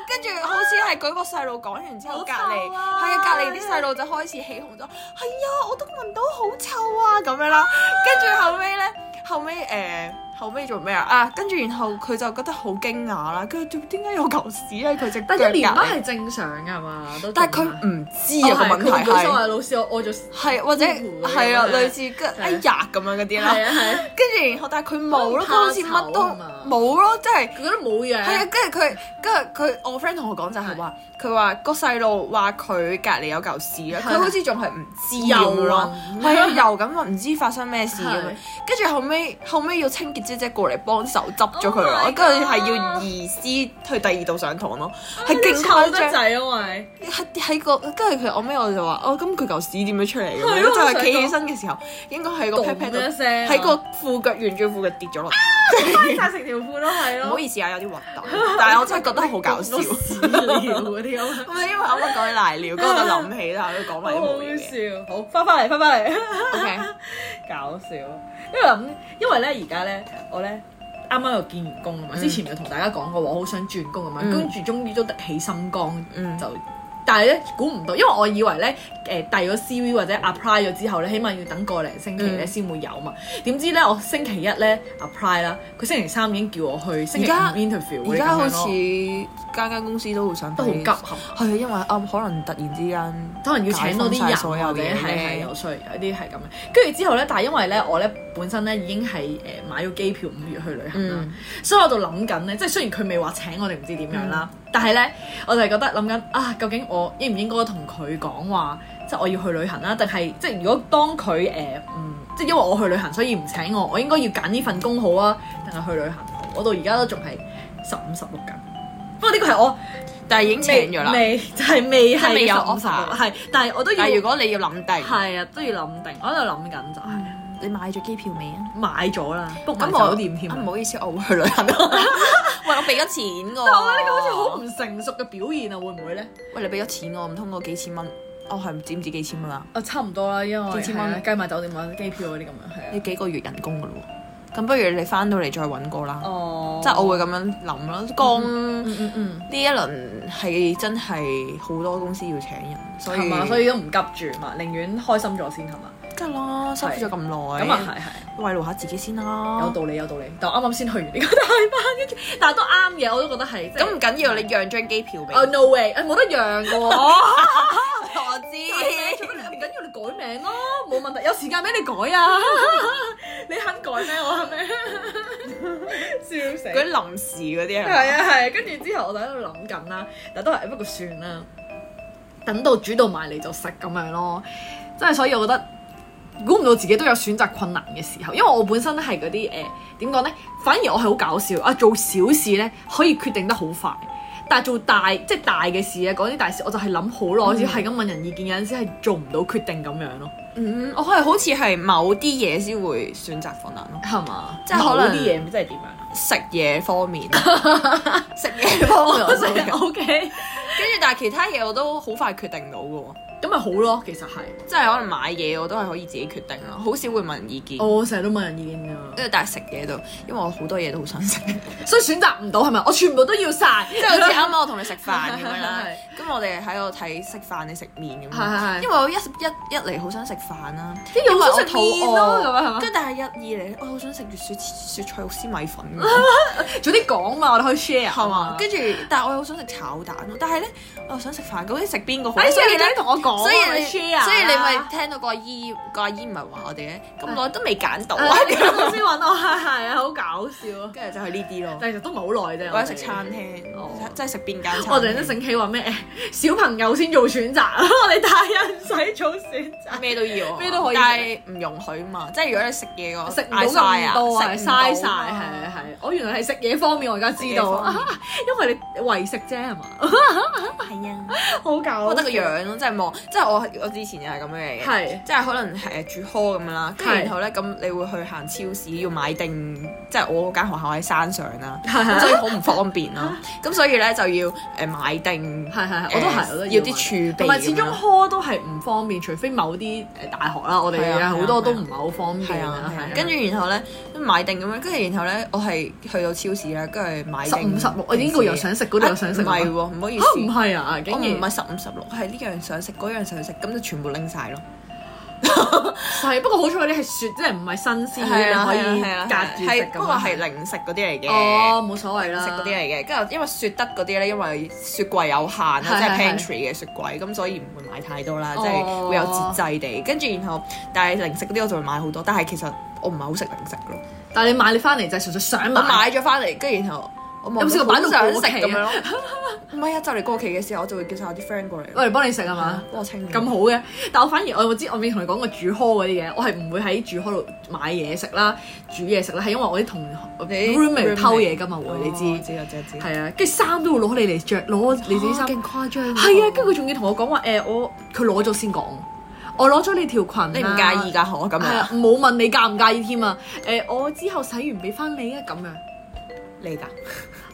[SPEAKER 1] 跟住好似係嗰個細路講完之後，
[SPEAKER 2] 好
[SPEAKER 1] 隔
[SPEAKER 2] 臭
[SPEAKER 1] 離係
[SPEAKER 2] 啊
[SPEAKER 1] 啊，隔離啲細路就開始起哄咗，係啊，我都聞到好臭啊咁樣啦。跟住後尾咧，後尾誒、呃後尾做咩啊？啊，跟住然後佢就覺得好驚訝啦，跟住點解有嚿屎喺佢隻腳隔
[SPEAKER 2] 但一年班
[SPEAKER 1] 離？
[SPEAKER 2] 係哦正常㗎嘛？都
[SPEAKER 1] 但係佢唔知啊個問題係
[SPEAKER 2] 係老師，
[SPEAKER 1] [laughs]
[SPEAKER 2] 我咗
[SPEAKER 1] 係或者
[SPEAKER 2] 糊嘅
[SPEAKER 1] 係啊
[SPEAKER 2] 咁樣
[SPEAKER 1] 類似跟哎呀咁樣嗰啲啦，
[SPEAKER 2] 係啊係啊，
[SPEAKER 1] 跟住然後但係佢冇咯，佢
[SPEAKER 2] 可能
[SPEAKER 1] 好似乜都
[SPEAKER 2] 怕醜啊嘛
[SPEAKER 1] 冇咯，即係。
[SPEAKER 2] 佢覺得冇嘢。
[SPEAKER 1] 係啊，跟住佢，跟住佢，我 friend 同我講就係話，佢話個細路話佢隔離有嚿屎啦，啊
[SPEAKER 2] 係
[SPEAKER 1] 佢好似仲係唔知咁咯，
[SPEAKER 2] 又暈
[SPEAKER 1] 係啊，又咁話唔知發生咩事咁樣
[SPEAKER 2] 係，
[SPEAKER 1] 跟住後尾後尾要清潔姐姐過嚟幫手執咗佢咯
[SPEAKER 2] Oh my，god
[SPEAKER 1] 跟住係要移師去第二度上堂咯，係
[SPEAKER 2] [laughs] 佢
[SPEAKER 1] 勁
[SPEAKER 2] 臭
[SPEAKER 1] 誇
[SPEAKER 2] 得
[SPEAKER 1] 張，
[SPEAKER 2] 滯，因為
[SPEAKER 1] 喺喺個跟住佢後尾我就話，哦咁佢嚿屎點樣出嚟咁
[SPEAKER 2] 係
[SPEAKER 1] 樣，
[SPEAKER 2] 咯 [laughs]
[SPEAKER 1] 就
[SPEAKER 2] 我
[SPEAKER 1] 係
[SPEAKER 2] 想
[SPEAKER 1] 企
[SPEAKER 2] 講
[SPEAKER 1] 起身嘅時候，應該喺個 pat pat
[SPEAKER 2] 咚一
[SPEAKER 1] 度，
[SPEAKER 2] 聲啊，
[SPEAKER 1] 喺個褲腳沿住褲腳跌咗落。
[SPEAKER 2] 拉曬成條褲都係
[SPEAKER 1] 唔
[SPEAKER 2] 咯。
[SPEAKER 1] 好意思啊，有啲核突，但係我真係覺得好搞
[SPEAKER 2] [laughs]
[SPEAKER 1] 笑。
[SPEAKER 2] 屎尿嗰啲咁。 [laughs]
[SPEAKER 1] 唔係因為啱啱講起賴尿，跟住我就諗起啦，都講埋啲
[SPEAKER 2] 好
[SPEAKER 1] 無
[SPEAKER 2] 好
[SPEAKER 1] 聊嘢。
[SPEAKER 2] 笑，好翻返嚟，翻返嚟。 [laughs]
[SPEAKER 1] OK，
[SPEAKER 2] 搞笑，因為咁，因為咧而家咧，我咧啱啱又見完工啊嘛，之前咪同大家講過話，我好想轉工咁樣，
[SPEAKER 1] 嗯
[SPEAKER 2] 跟住終於都得起心肝，
[SPEAKER 1] 嗯
[SPEAKER 2] 就但係咧估唔到，因為我以為咧誒遞咗 CV 或者 apply 咗之後咧，起碼要等個零星期咧
[SPEAKER 1] 嗯
[SPEAKER 2] 先會有嘛，點知咧我星期一咧 apply 啦，佢星期三已經叫我去星期五
[SPEAKER 1] 而家
[SPEAKER 2] interview，
[SPEAKER 1] 而家好似
[SPEAKER 2] 嗰啲咁樣咯
[SPEAKER 1] 間間公司都好想
[SPEAKER 2] 都好急
[SPEAKER 1] 係
[SPEAKER 2] 合。
[SPEAKER 1] 啊，因為啱可能突然之間，
[SPEAKER 2] 可能要請多啲
[SPEAKER 1] 解封晒
[SPEAKER 2] 人，
[SPEAKER 1] 所有
[SPEAKER 2] 或者
[SPEAKER 1] 嘢
[SPEAKER 2] 係係
[SPEAKER 1] 咧
[SPEAKER 2] 有需要，有啲係咁樣。跟住之後咧，但係因為咧，我咧本身咧已經係誒、呃、買咗機票五月去旅行啦，
[SPEAKER 1] 嗯
[SPEAKER 2] 所以我喺度諗緊咧，即係雖然佢未話請我哋唔知點樣啦，
[SPEAKER 1] 嗯
[SPEAKER 2] 但係咧我就係覺得諗緊啊，究竟我應唔應該同佢講話，即係我要去旅行啦？定係即係如果當佢誒嗯，即係因為我去旅行，所以唔請我，我應該要揀呢份工好啊，定係去旅行好？我到而家都仲係十五十六緊。不過呢個係我
[SPEAKER 1] 但係已經請咗啦。
[SPEAKER 2] 未就係未係
[SPEAKER 1] 未有
[SPEAKER 2] 15
[SPEAKER 1] offer
[SPEAKER 2] 係，但係我都要
[SPEAKER 1] 但係如果你要諗定，
[SPEAKER 2] 係啊，都要諗定。我喺度諗緊就係
[SPEAKER 1] 你買咗機票未啊？
[SPEAKER 2] 買咗啦，book 埋
[SPEAKER 1] 咁我
[SPEAKER 2] 酒店添啊
[SPEAKER 1] 啊唔。好意思，我會去旅行。 [laughs] 喂， [laughs] 我俾咗錢㗎喎。
[SPEAKER 2] 但我覺得呢個好似好唔成熟嘅表現啊，會唔會咧？
[SPEAKER 1] 喂，你俾咗錢我，唔通我幾千蚊？哦，係唔知唔知幾千蚊啊？
[SPEAKER 2] 啊，差唔多啦，因為
[SPEAKER 1] 幾千蚊
[SPEAKER 2] 係啊計埋酒店啊、機票嗰啲咁樣係
[SPEAKER 1] 你
[SPEAKER 2] 啊。
[SPEAKER 1] 幾個月人工㗎咯喎？咁不如你翻到嚟再揾過啦。
[SPEAKER 2] 哦，
[SPEAKER 1] 即係我會咁樣諗咯。工
[SPEAKER 2] 嗯嗯嗯，
[SPEAKER 1] 呢一輪係真係好多公司要請人，所以
[SPEAKER 2] 係嘛，所以都唔急住嘛，寧願開心咗先係嘛。
[SPEAKER 1] 梗係啦，辛苦咗咁耐，
[SPEAKER 2] 咁啊係係。
[SPEAKER 1] 慰勞下自己先
[SPEAKER 2] 有
[SPEAKER 1] 啦。
[SPEAKER 2] 道理有道理，但我啱啱先去完呢個大班，跟住但係都啱嘅，我都覺得係。
[SPEAKER 1] 咁唔緊要，你讓張機票俾
[SPEAKER 2] 哦
[SPEAKER 1] 我，
[SPEAKER 2] no way，誒冇得讓嘅喎。
[SPEAKER 1] 我
[SPEAKER 2] 改名
[SPEAKER 1] 知。
[SPEAKER 2] 做乜你唔緊要，你改 [laughs] 名咯，冇問題，有時間俾你改 [laughs] 啊！你肯改咩？我係咪？ [laughs] 笑死！
[SPEAKER 1] 嗰啲臨時嗰啲
[SPEAKER 2] 係
[SPEAKER 1] 係
[SPEAKER 2] 啊係啊，跟住之後我就喺度諗緊啦，但都係不過算啦，等到煮到埋嚟就食咁樣咯，真係所以我覺得。估唔到自己都有選擇困難嘅時候，因為我本身咧係嗰啲誒點講咧，反而我係好搞笑啊！做小事咧可以決定得好快，但係做大即係大嘅事啊，講啲大事，我就係諗好耐，先係咁問人意見，有陣時係做唔到決定咁樣咯，
[SPEAKER 1] 嗯，我係好似係某啲嘢先會選擇放難咯，
[SPEAKER 2] 係嘛？哦
[SPEAKER 1] 即係可
[SPEAKER 2] [laughs]
[SPEAKER 1] 能
[SPEAKER 2] 某啲嘢，即係點樣？
[SPEAKER 1] 食嘢方面，
[SPEAKER 2] [laughs]
[SPEAKER 1] 食嘢方面我都有
[SPEAKER 2] O K，
[SPEAKER 1] 跟住但係其他嘢我都好快決定到嘅喎，
[SPEAKER 2] 咁咪好咯，其實係。
[SPEAKER 1] 即係可能買嘢我都係可以自己決定啦，好少會問人意見。
[SPEAKER 2] 我成日都問人意見㗎，
[SPEAKER 1] 跟住但係食嘢度，因為我好多嘢都好想食，即
[SPEAKER 2] 所以選擇唔到係咪？我全部都要晒，即
[SPEAKER 1] 係好似啱啱我同你食飯咁樣啦
[SPEAKER 2] 係，
[SPEAKER 1] 咁我哋喺度睇食飯你食麵咁
[SPEAKER 2] 係係係
[SPEAKER 1] 樣，因為我一一一嚟好想食飯啦，
[SPEAKER 2] 跟住
[SPEAKER 1] 因為
[SPEAKER 2] 好
[SPEAKER 1] 我
[SPEAKER 2] 想食
[SPEAKER 1] 肚
[SPEAKER 2] 麵咯，咁啊樣係
[SPEAKER 1] 餓，
[SPEAKER 2] 嘛
[SPEAKER 1] 跟？住但係一二嚟，我好想食熱雪雪菜肉絲米粉咁樣。
[SPEAKER 2] 早啲講嘛，我哋可以 share 啊
[SPEAKER 1] 係嘛
[SPEAKER 2] 嘛？？
[SPEAKER 1] 跟住，但係我又好想食炒蛋喎，但係咧，我又想食飯，究竟食邊個好
[SPEAKER 2] 哎
[SPEAKER 1] 咧？
[SPEAKER 2] 所
[SPEAKER 1] 所
[SPEAKER 2] 以
[SPEAKER 1] 以
[SPEAKER 2] 你
[SPEAKER 1] 咧
[SPEAKER 2] 都要，同我講，
[SPEAKER 1] 所以
[SPEAKER 2] 我哋
[SPEAKER 1] 你，所
[SPEAKER 2] share 啊
[SPEAKER 1] 以你咪聽到個阿姨，個阿姨唔係話我哋嘅，咁耐都未揀到啊，
[SPEAKER 2] 誒你啱啱先揾我， [laughs] 係係啊，好搞笑啊！
[SPEAKER 1] 跟住就係呢啲咯。
[SPEAKER 2] [laughs] 但係其實都唔係好耐啫。
[SPEAKER 1] 或
[SPEAKER 2] 我
[SPEAKER 1] 者
[SPEAKER 2] 哋
[SPEAKER 1] 食餐廳
[SPEAKER 2] 哦，
[SPEAKER 1] 即係食邊間餐廳？
[SPEAKER 2] 我突然間醒起話咩？誒小朋友先做選擇， [laughs] 我哋大人唔使做選擇。
[SPEAKER 1] [laughs] 咩都要啊，
[SPEAKER 2] 咩都可以
[SPEAKER 1] 但係唔容許嘛。即係如果你食嘢個
[SPEAKER 2] 食唔到咁多啊，
[SPEAKER 1] 嗌
[SPEAKER 2] 嘥
[SPEAKER 1] 晒啊
[SPEAKER 2] 晒，
[SPEAKER 1] 食唔
[SPEAKER 2] 係
[SPEAKER 1] 到啊
[SPEAKER 2] 係係。我原來係食嘢方面，我而家知道，
[SPEAKER 1] 食嘢方面
[SPEAKER 2] [laughs] 因為你為食啫係嘛，
[SPEAKER 1] 係啊。
[SPEAKER 2] 哦好搞。
[SPEAKER 1] 我覺得個樣咯，即係望，即係我我之前又係咁樣嘅，
[SPEAKER 2] 係
[SPEAKER 1] 即係可能係住 hall 咁樣啦，跟住
[SPEAKER 2] 係
[SPEAKER 1] 然後咧咁你會去行超市要買定，即係我嗰間學校喺山上啦，
[SPEAKER 2] [laughs] 係
[SPEAKER 1] 咁
[SPEAKER 2] 啊係
[SPEAKER 1] 所以好唔方便
[SPEAKER 2] [laughs]
[SPEAKER 1] 啦，咁所以咧就要誒買定，
[SPEAKER 2] 係係係
[SPEAKER 1] 誒
[SPEAKER 2] 我都係我
[SPEAKER 1] 要
[SPEAKER 2] 都買
[SPEAKER 1] 啲儲備咁樣，
[SPEAKER 2] 同埋始終 call 都係唔方便，除非某啲誒大學啦，我
[SPEAKER 1] 係啊係
[SPEAKER 2] 哋
[SPEAKER 1] 啊
[SPEAKER 2] 好多都唔係好方
[SPEAKER 1] 係
[SPEAKER 2] 便
[SPEAKER 1] 啊
[SPEAKER 2] 啊
[SPEAKER 1] 係啊，，
[SPEAKER 2] 跟
[SPEAKER 1] 跟
[SPEAKER 2] 住
[SPEAKER 1] 住然後咧買定咁樣，跟住然後咧我係去到超市啦，跟住買
[SPEAKER 2] 十
[SPEAKER 1] 定
[SPEAKER 2] 五十六，我已經個樣想食嗰度又想食，
[SPEAKER 1] 啊唔係喎，唔好意
[SPEAKER 2] 嚇
[SPEAKER 1] 思，
[SPEAKER 2] 唔係啊，竟
[SPEAKER 1] 我唔
[SPEAKER 2] 然
[SPEAKER 1] 係十五十六，係呢樣想食嗰樣想食，咁就全部拎晒咯。
[SPEAKER 2] 係不過好彩嗰啲係雪，即係唔係新鮮
[SPEAKER 1] 係
[SPEAKER 2] 嘅，你
[SPEAKER 1] 啦，
[SPEAKER 2] 可以
[SPEAKER 1] 係啦
[SPEAKER 2] 隔住
[SPEAKER 1] 係
[SPEAKER 2] 食
[SPEAKER 1] 啦
[SPEAKER 2] 咁樣。啊
[SPEAKER 1] 不過係零食嗰啲嚟嘅。
[SPEAKER 2] 哦，冇所謂啦，
[SPEAKER 1] 食嗰啲嚟嘅，跟住因為雪得嗰啲咧，因為雪櫃有限啊啦，即
[SPEAKER 2] 係
[SPEAKER 1] 係
[SPEAKER 2] 係
[SPEAKER 1] pantry 嘅雪櫃，咁所以唔會買太多啦，
[SPEAKER 2] 哦
[SPEAKER 1] 即係會有節制地。跟住然後，但係零食嗰啲我就會買好多，但係其實我唔係好食零食咯。
[SPEAKER 2] 但係你買你翻嚟就係純粹想
[SPEAKER 1] 我
[SPEAKER 2] 買，
[SPEAKER 1] 買咗翻嚟，跟住然後我
[SPEAKER 2] 有
[SPEAKER 1] 冇
[SPEAKER 2] 冇試過擺到
[SPEAKER 1] 想
[SPEAKER 2] 過
[SPEAKER 1] 食
[SPEAKER 2] 期
[SPEAKER 1] 咁
[SPEAKER 2] 啊
[SPEAKER 1] 樣咯。唔係啊，就嚟過期嘅時候，我就會叫晒我啲 friend 過嚟，
[SPEAKER 2] 我嚟幫你食係啊嘛？
[SPEAKER 1] 幫我清咗
[SPEAKER 2] 咁好嘅，但我反而我有知我未同你講過煮殼嗰啲嘢，我係唔會喺煮殼度買嘢食啦、煮嘢食啦，係因為我啲同
[SPEAKER 1] 你
[SPEAKER 2] roommate 偷嘢噶嘛會
[SPEAKER 1] 哦，
[SPEAKER 2] 你
[SPEAKER 1] 我
[SPEAKER 2] 知
[SPEAKER 1] 知我知我知。哦
[SPEAKER 2] 係啊，跟住衫都會攞你嚟着，攞你自己衫。
[SPEAKER 1] 勁誇張。
[SPEAKER 2] 係啊，跟住佢仲要同我講話誒，我佢攞咗先講，我攞咗你條裙啊，
[SPEAKER 1] 你唔介意㗎？我咁
[SPEAKER 2] 係
[SPEAKER 1] 樣
[SPEAKER 2] 啊，冇問你介唔介意添啊！誒，我之後洗完俾翻你啊，咁樣
[SPEAKER 1] 你㗎。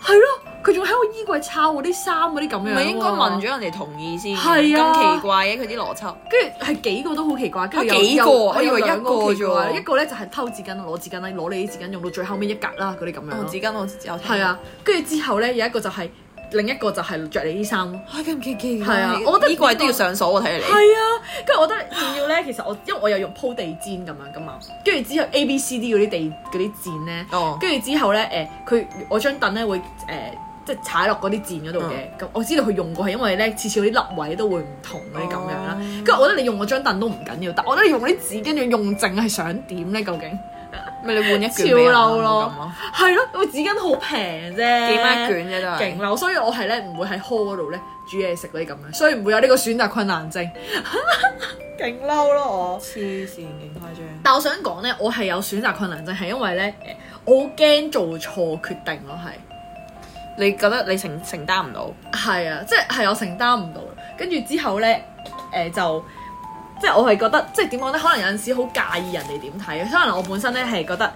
[SPEAKER 2] 係咯，佢仲喺我衣櫃抄我啲衫嗰啲咁樣
[SPEAKER 1] 唔
[SPEAKER 2] 喎，
[SPEAKER 1] 係應該問咗人哋同意先，
[SPEAKER 2] 係啊
[SPEAKER 1] 咁奇怪嘅佢啲邏輯。
[SPEAKER 2] 跟住係幾個都好奇怪，跟住
[SPEAKER 1] 啊
[SPEAKER 2] 有
[SPEAKER 1] 幾個
[SPEAKER 2] 有
[SPEAKER 1] 我以為
[SPEAKER 2] 有兩個好
[SPEAKER 1] 一個
[SPEAKER 2] 奇怪
[SPEAKER 1] 啫喎
[SPEAKER 2] 一個咧就係偷紙巾攞紙巾啦，攞你啲紙巾用到最後尾一格啦，嗰啲咁樣
[SPEAKER 1] 我
[SPEAKER 2] 咯。
[SPEAKER 1] 哦紙巾我有睇。
[SPEAKER 2] 係，啊，跟住之後咧有一個就係、另一個就係着你啲衫咯。
[SPEAKER 1] 係咁奇奇
[SPEAKER 2] 係啊我覺得
[SPEAKER 1] 衣櫃都要上鎖喎，睇
[SPEAKER 2] 係
[SPEAKER 1] 嚟。
[SPEAKER 2] 啊，跟住我覺得仲要咧，其實我因為我有用鋪地氈咁樣噶嘛，跟住之後 A B C D 嗰啲地嗰啲氈咧，
[SPEAKER 1] 哦，
[SPEAKER 2] 跟住之後咧誒佢我張凳咧會誒。即係踩落嗰啲氈嗰度嘅，
[SPEAKER 1] 嗯
[SPEAKER 2] 咁、我知道佢用過係因為咧，次次嗰啲粒位都會唔同嗰啲咁樣啦。
[SPEAKER 1] 哦
[SPEAKER 2] 跟住、我覺得你用嗰張凳都唔緊要，但我覺得你用嗰啲紙跟住用剩係想點咧？究竟 [laughs]
[SPEAKER 1] 咪你換一卷
[SPEAKER 2] 超
[SPEAKER 1] 俾人啊
[SPEAKER 2] 嬲
[SPEAKER 1] 咁
[SPEAKER 2] 咯
[SPEAKER 1] 咯，
[SPEAKER 2] 係咯，個紙巾好平啫，
[SPEAKER 1] 幾蚊啊一卷啫都
[SPEAKER 2] 勁
[SPEAKER 1] 係。
[SPEAKER 2] 嬲，所以我係咧唔會喺 hall 嗰度咧煮嘢食嗰啲咁樣，所以唔會有呢個選擇困難症。 [laughs] 勁嬲咯我！
[SPEAKER 1] 黐線，勁誇張。
[SPEAKER 2] 但我想講咧，我係有選擇困難症，係因為咧誒，我好驚做錯決定咯，係
[SPEAKER 1] 你覺得你承承擔唔到？
[SPEAKER 2] 係啊，即係係我承擔唔到，跟住之後咧誒、就。即係我係覺得，即係點講咧？可能有陣時好介意人哋點睇，可能我本身咧係覺得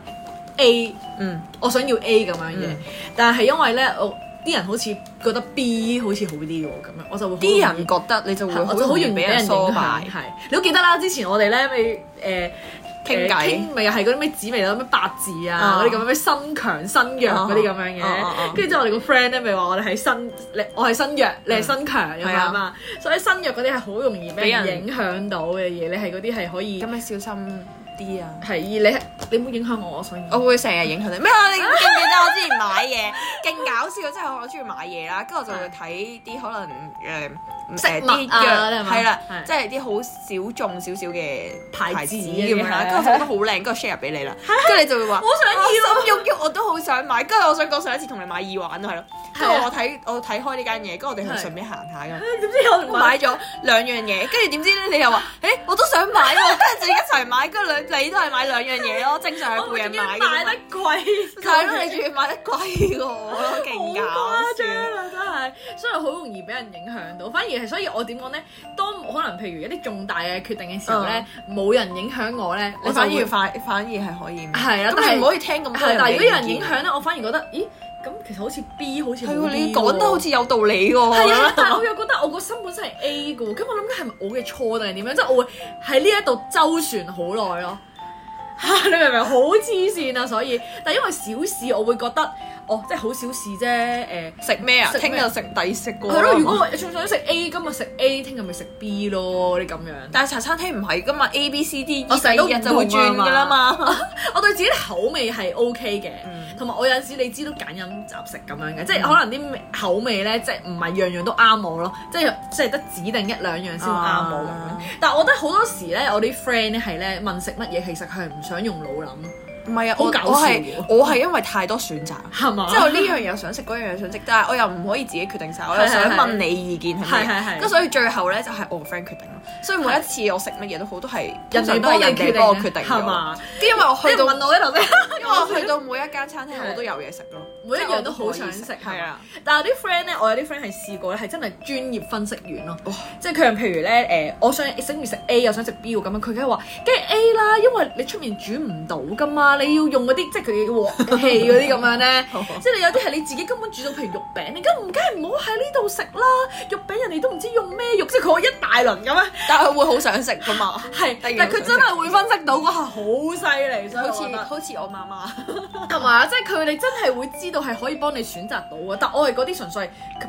[SPEAKER 2] A
[SPEAKER 1] 嗯，
[SPEAKER 2] 我想要 A 咁樣嘢，
[SPEAKER 1] 嗯
[SPEAKER 2] 但係因為咧，我啲人好似覺得 B 好似好啲喎，咁樣我就會好
[SPEAKER 1] 啲
[SPEAKER 2] 容易
[SPEAKER 1] 人覺得你就會
[SPEAKER 2] 係
[SPEAKER 1] 好
[SPEAKER 2] 我就好
[SPEAKER 1] 容
[SPEAKER 2] 容易
[SPEAKER 1] 易
[SPEAKER 2] 俾
[SPEAKER 1] 俾
[SPEAKER 2] 人
[SPEAKER 1] 人
[SPEAKER 2] 影
[SPEAKER 1] 梳
[SPEAKER 2] 響，
[SPEAKER 1] 擺
[SPEAKER 2] 係你都記得啦。之前我哋咧咪誒
[SPEAKER 1] 傾偈
[SPEAKER 2] 誒傾咪又係嗰啲咩紫微啦、咩八字啊
[SPEAKER 1] 啊
[SPEAKER 2] 嗰啲咁樣咩身強身弱嗰啲咁樣
[SPEAKER 1] 啊啊啊
[SPEAKER 2] 嘅，跟住之後我哋個 friend 咧咪話我哋係身，你我係身弱，你係身強咁樣啊嘛，
[SPEAKER 1] 嗯
[SPEAKER 2] 所以身弱嗰啲係好容易俾
[SPEAKER 1] 俾
[SPEAKER 2] 人
[SPEAKER 1] 人
[SPEAKER 2] 影響到嘅嘢，你係嗰啲係可以
[SPEAKER 1] 咁你小心啲啊！
[SPEAKER 2] 係你係你唔好影響我，我所以
[SPEAKER 1] 我會成日影響你咩啊？你記唔記得我之前買嘢勁搞笑，即係我中意買嘢啦，跟住我就會睇啲可能誒
[SPEAKER 2] 飾
[SPEAKER 1] 誒
[SPEAKER 2] 物啊
[SPEAKER 1] 啲
[SPEAKER 2] 你係
[SPEAKER 1] 藥
[SPEAKER 2] 咪
[SPEAKER 1] 係啦
[SPEAKER 2] 係，
[SPEAKER 1] 即係啲好小眾少少嘅
[SPEAKER 2] 牌
[SPEAKER 1] 牌
[SPEAKER 2] 子
[SPEAKER 1] 子
[SPEAKER 2] 嘅
[SPEAKER 1] 咁樣啦，跟住我就覺得好靚，跟住 share 俾你
[SPEAKER 2] [laughs]
[SPEAKER 1] 啦，跟住你就會話
[SPEAKER 2] 我。
[SPEAKER 1] 我
[SPEAKER 2] 想要
[SPEAKER 1] 心喐喐，我都好想買。跟住我想講上一次同你買耳環都係咯，跟
[SPEAKER 2] 係啊
[SPEAKER 1] 住我睇我睇開呢間嘢，跟住我哋
[SPEAKER 2] 係
[SPEAKER 1] 去順便行下咁。
[SPEAKER 2] 哎點知我唔
[SPEAKER 1] 我買咗兩樣嘢，跟住點知咧你又話，誒、我都想買喎，跟住就一齊買，跟住兩你都係買兩樣嘢咯，正常係
[SPEAKER 2] 我
[SPEAKER 1] 每
[SPEAKER 2] 仲要
[SPEAKER 1] 人買嘅
[SPEAKER 2] 買
[SPEAKER 1] 啫嘛。
[SPEAKER 2] 得貴，
[SPEAKER 1] 係咯，你仲要買得貴過我咯，勁搞
[SPEAKER 2] 好誇張
[SPEAKER 1] 笑。
[SPEAKER 2] 啊！真係，所以好容易俾人影響到。反而係，所以我點講咧？當可能譬如一啲重大嘅決定嘅時候咧，冇、人影響我咧，我
[SPEAKER 1] 你
[SPEAKER 2] 就
[SPEAKER 1] 哦反而
[SPEAKER 2] 會
[SPEAKER 1] 反反而係可以咩，
[SPEAKER 2] 係啦
[SPEAKER 1] 咁
[SPEAKER 2] 但係
[SPEAKER 1] 你唔可以聽咁多
[SPEAKER 2] 係，但係如
[SPEAKER 1] 嘅
[SPEAKER 2] 果有人
[SPEAKER 1] 意見
[SPEAKER 2] 影響咧，我反而覺得，咦，咁其實好似 B 好似好
[SPEAKER 1] 係喎，你
[SPEAKER 2] 啲
[SPEAKER 1] 講得
[SPEAKER 2] 喎
[SPEAKER 1] 好似有道理喎，
[SPEAKER 2] 係啊，但係我又覺得我個心本身係 A 嘅喎，咁我諗緊係咪我嘅錯定係點樣？即係我會喺呢一度周旋好耐咯。 [laughs] 嚇！你明唔明？好黐線啊！所以，但係因為小事，我會覺得哦，即係好小事啫。誒、
[SPEAKER 1] 食咩啊？
[SPEAKER 2] 食咩
[SPEAKER 1] 聽日食第食過
[SPEAKER 2] 係咯。如果
[SPEAKER 1] 我
[SPEAKER 2] 我仲想食 A，今日食 A，聽日咪食 B 咯。你咁樣，
[SPEAKER 1] 但係茶餐廳唔係噶嘛，A B C D E
[SPEAKER 2] 我
[SPEAKER 1] 第
[SPEAKER 2] 成日都
[SPEAKER 1] 二日就會轉噶啦嘛，
[SPEAKER 2] 我對自己口味係 OK
[SPEAKER 1] 嗯
[SPEAKER 2] 嘅，同埋、我有陣時你知都揀飲擇食咁樣嘅，即係可能啲味口味咧，即係唔係樣樣都啱我咯，即係即係得指定一兩樣先會啱我咁樣。
[SPEAKER 1] 啊
[SPEAKER 2] 但係我覺得好多時咧，我啲 friend 咧係咧問食乜嘢，其實佢係唔想用腦諗，
[SPEAKER 1] 唔係啊，
[SPEAKER 2] 好
[SPEAKER 1] 我
[SPEAKER 2] 搞笑
[SPEAKER 1] 我係
[SPEAKER 2] 喎
[SPEAKER 1] 我係因為太多選擇。
[SPEAKER 2] 係嘛？
[SPEAKER 1] 即係我呢樣又想食，嗰樣又想食，但係我又唔可以自己決
[SPEAKER 2] [laughs]
[SPEAKER 1] 定晒，我又
[SPEAKER 2] 係係
[SPEAKER 1] 想
[SPEAKER 2] 係
[SPEAKER 1] 問你意見係
[SPEAKER 2] 係係
[SPEAKER 1] 咪？
[SPEAKER 2] 係
[SPEAKER 1] 咁所以最後咧就係我個 friend 決定咯。所以每一次我食乜嘢都好，都係通
[SPEAKER 2] 人
[SPEAKER 1] 常
[SPEAKER 2] 哋
[SPEAKER 1] 都
[SPEAKER 2] 幫
[SPEAKER 1] 係
[SPEAKER 2] 你
[SPEAKER 1] 人哋
[SPEAKER 2] 決
[SPEAKER 1] 幫我
[SPEAKER 2] 定
[SPEAKER 1] 決定
[SPEAKER 2] 係
[SPEAKER 1] 咗。
[SPEAKER 2] 嘛？
[SPEAKER 1] 因為我去
[SPEAKER 2] 你
[SPEAKER 1] 到
[SPEAKER 2] 問我喺度啫，
[SPEAKER 1] 因為我去到每一間餐廳我都有嘢食咯，
[SPEAKER 2] 每一
[SPEAKER 1] 即係我
[SPEAKER 2] 樣都好想食
[SPEAKER 1] 可以係啊。
[SPEAKER 2] 但係啲 friend 咧，我有啲 friend 係試過咧，係真係專業分析員咯
[SPEAKER 1] 哇。
[SPEAKER 2] 即係佢係譬如咧，誒，我想想要食 A，又想食 B 喎咁樣，佢梗係話梗係 A 啦，因為你出面煮唔到噶嘛，你要用嗰啲即係佢嘅鑊氣嗰啲咁
[SPEAKER 1] [laughs]
[SPEAKER 2] 樣
[SPEAKER 1] 啊
[SPEAKER 2] [laughs] 咧。即係你有啲係你自己根本煮到，譬如肉餅，你梗唔梗係唔好喺呢度食啦。肉餅人哋都唔知用咩肉，即係佢話一大輪咁樣。
[SPEAKER 1] 但係我會好想食噶嘛，
[SPEAKER 2] 係，
[SPEAKER 1] 第
[SPEAKER 2] 但
[SPEAKER 1] 二
[SPEAKER 2] 係
[SPEAKER 1] 個
[SPEAKER 2] 佢真係會分析到嗰下好犀利，所
[SPEAKER 1] 好
[SPEAKER 2] 以我覺
[SPEAKER 1] 似
[SPEAKER 2] 得
[SPEAKER 1] 好似我媽媽，
[SPEAKER 2] 同埋即係佢哋真係會知道係可以幫你選擇到嘅，但我係嗰啲純粹係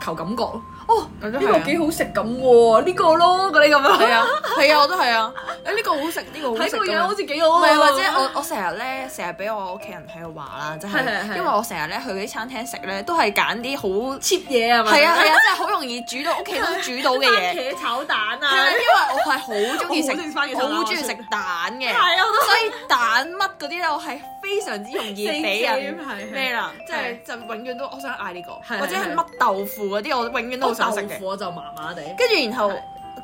[SPEAKER 2] 求感覺咯。哦，
[SPEAKER 1] 咁
[SPEAKER 2] 呢
[SPEAKER 1] 都係啊
[SPEAKER 2] 個幾好食咁喎，呢個咯嗰啲咁
[SPEAKER 1] 係
[SPEAKER 2] 樣，
[SPEAKER 1] 啊係啊，我都係啊，誒呢個好食，呢個好
[SPEAKER 2] 睇
[SPEAKER 1] 食
[SPEAKER 2] 個
[SPEAKER 1] 咁
[SPEAKER 2] 樣
[SPEAKER 1] 樣
[SPEAKER 2] 好似幾好啊
[SPEAKER 1] 唔
[SPEAKER 2] 喎。
[SPEAKER 1] 係，或者我我成日咧，成日俾我屋企人喺度話啦，即係
[SPEAKER 2] 係係係
[SPEAKER 1] 因為我成日咧去啲餐廳食咧，都係揀啲好
[SPEAKER 2] cheap 嘢係咪？
[SPEAKER 1] 係啊係啊，即係好容易煮到屋企
[SPEAKER 2] 啊
[SPEAKER 1] 都煮到嘅嘢。
[SPEAKER 2] 番茄炒蛋
[SPEAKER 1] 係啊，
[SPEAKER 2] 啊
[SPEAKER 1] 因，為我係好中意
[SPEAKER 2] 我好中意食番茄
[SPEAKER 1] 食，
[SPEAKER 2] 炒蛋
[SPEAKER 1] 好中意食蛋嘅，
[SPEAKER 2] 係啊我都
[SPEAKER 1] 所以蛋乜嗰啲咧，我係非常之容易俾人
[SPEAKER 2] 四四係係
[SPEAKER 1] 咩啦，即係
[SPEAKER 2] 係
[SPEAKER 1] 就永遠都我想嗌呢個，
[SPEAKER 2] 係係
[SPEAKER 1] 或者係乜豆腐嗰啲，我永遠都好
[SPEAKER 2] 我
[SPEAKER 1] 想食
[SPEAKER 2] 豆
[SPEAKER 1] 嘅
[SPEAKER 2] 腐。我就麻麻地，
[SPEAKER 1] 跟住然後，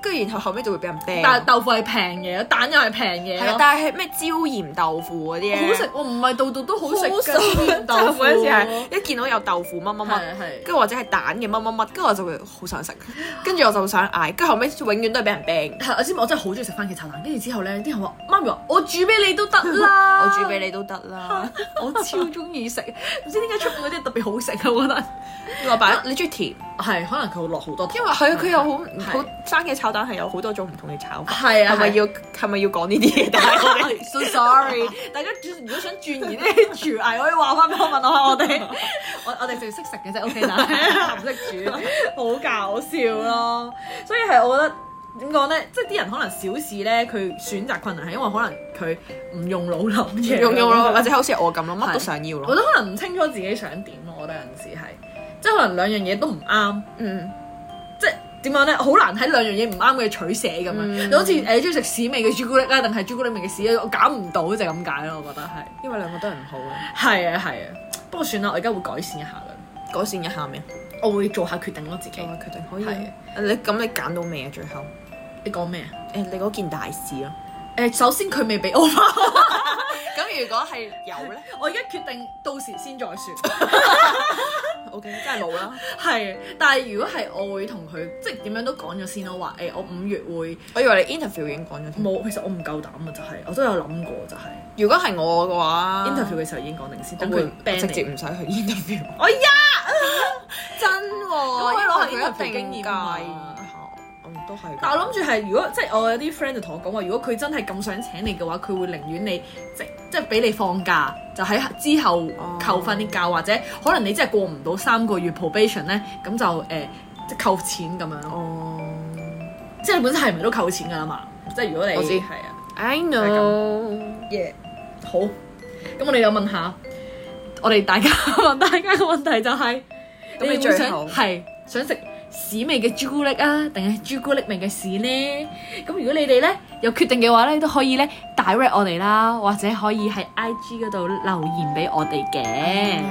[SPEAKER 1] 跟住然後後尾就會俾人啤。
[SPEAKER 2] 但係豆腐係平嘢，蛋又係平嘢
[SPEAKER 1] 係啊
[SPEAKER 2] 咯。
[SPEAKER 1] 但係咩椒鹽豆腐嗰啲咧
[SPEAKER 2] 好食，我唔係度度都好食
[SPEAKER 1] 好
[SPEAKER 2] 㗎
[SPEAKER 1] 食
[SPEAKER 2] 煎
[SPEAKER 1] 豆
[SPEAKER 2] [laughs] 豆
[SPEAKER 1] 腐
[SPEAKER 2] 腐
[SPEAKER 1] 嗰陣時係一見到有豆腐乜乜乜，
[SPEAKER 2] 係係
[SPEAKER 1] 跟住或者係蛋嘅乜乜乜，跟住我就會好想食， [laughs] 跟住我就想嗌，跟住後尾永遠都係俾人 ban，
[SPEAKER 2] 係，我知唔知我真係好中意食番茄炒蛋，跟住之後咧，啲人話媽咪話我煮俾你都得 [laughs] 啦，
[SPEAKER 1] 我煮俾你都得 [laughs] 啦。
[SPEAKER 2] 我超中意食， [laughs] 唔知點解出面嗰啲特別好食啊！我覺得
[SPEAKER 1] 老闆，你中意甜？
[SPEAKER 2] 係可能佢會落好多糖，
[SPEAKER 1] 因為佢佢有好
[SPEAKER 2] 係
[SPEAKER 1] 好番茄炒蛋係有好多種唔同嘅炒法，
[SPEAKER 2] 係啊
[SPEAKER 1] 係咪
[SPEAKER 2] 係 [laughs]
[SPEAKER 1] 要係咪要講呢啲嘢？但係我哋
[SPEAKER 2] so sorry，大家如果想轉移呢啲廚藝，可以話翻俾我問我下我 [laughs] 哋，我我哋淨係識食嘅啫，OK 啦， [laughs] 唔識煮，好搞笑咯。所以係我覺得點講咧，即係啲人可能小事咧，佢選擇困難係因為可能佢唔用腦諗嘢，
[SPEAKER 1] 用用 [laughs] 咯，或者好似我咁咯，乜都
[SPEAKER 2] 係
[SPEAKER 1] 想要
[SPEAKER 2] 我
[SPEAKER 1] 咯。
[SPEAKER 2] 都可能唔清楚自己想點咯，我覺得有陣時係，即係可能兩樣嘢都唔啱，
[SPEAKER 1] 嗯，
[SPEAKER 2] 即係點講咧，好難喺兩樣嘢唔啱嘅取捨咁樣。
[SPEAKER 1] 嗯
[SPEAKER 2] 你好似誒你中意食屎味嘅朱古力啦，定係朱古力味嘅屎咧，我搞唔到就係咁解咯，我覺得係。
[SPEAKER 1] 因為兩個都係唔好嘅，
[SPEAKER 2] 係啊係啊，不過算啦，我而家會改善一下啦，
[SPEAKER 1] 改善一下咩？
[SPEAKER 2] 我會做下決定咯自己
[SPEAKER 1] 我。決定可以
[SPEAKER 2] 係。
[SPEAKER 1] 你咁你揀到未啊？最後
[SPEAKER 2] 你講咩啊？
[SPEAKER 1] 誒，你嗰件大事啊咯。
[SPEAKER 2] 誒，首先佢未俾我 [laughs]
[SPEAKER 1] 咁如果係有咧
[SPEAKER 2] 我而家決定到時先再算。
[SPEAKER 1] ，OK，真係冇啦。
[SPEAKER 2] 係，但係如果係我會同佢即係點樣都講咗先咯，話誒我五月會
[SPEAKER 1] 我以為你 interview 已經講咗添。
[SPEAKER 2] 冇，其實我唔夠膽啊，就係我都有諗過就係。
[SPEAKER 1] 如果係我嘅話
[SPEAKER 2] interview 嘅時候已經講定
[SPEAKER 1] 啊我
[SPEAKER 2] 先，等
[SPEAKER 1] 會
[SPEAKER 2] 佢
[SPEAKER 1] 我
[SPEAKER 2] ban
[SPEAKER 1] 直接
[SPEAKER 2] 你。
[SPEAKER 1] 唔使去 interview。
[SPEAKER 2] 哎呀，
[SPEAKER 1] 真喎，
[SPEAKER 2] 可以攞下
[SPEAKER 1] 因為佢
[SPEAKER 2] interview 經驗啊
[SPEAKER 1] 介意下我都係㗎。
[SPEAKER 2] 但我諗住係，如果即係我有啲 friend 就同我講話，如果佢真係咁想請你嘅話，佢會寧願你即即係俾你放假，就喺之後
[SPEAKER 1] 哦
[SPEAKER 2] 扣翻啲假，或者可能你真係過唔到三個月 probation 咧，咁就誒、呃即係扣錢咁樣咯。
[SPEAKER 1] 哦
[SPEAKER 2] 即係你本身係咪都扣錢㗎啦嘛？即係如果你
[SPEAKER 1] 我知
[SPEAKER 2] 係啊，
[SPEAKER 1] ，I
[SPEAKER 2] 係
[SPEAKER 1] know。
[SPEAKER 2] 耶、好。咁我哋又問下，我哋大家 [laughs] 問大家嘅問題就係、
[SPEAKER 1] 咁你
[SPEAKER 2] 會
[SPEAKER 1] 最
[SPEAKER 2] 想
[SPEAKER 1] 後
[SPEAKER 2] 係想食屎味嘅朱古力啊，定係朱古力味嘅屎呢？咁如果你哋咧有決定嘅話咧，都可以咧 direct 我哋啦，或者可以喺 IG 嗰度留言俾我哋嗯嘅。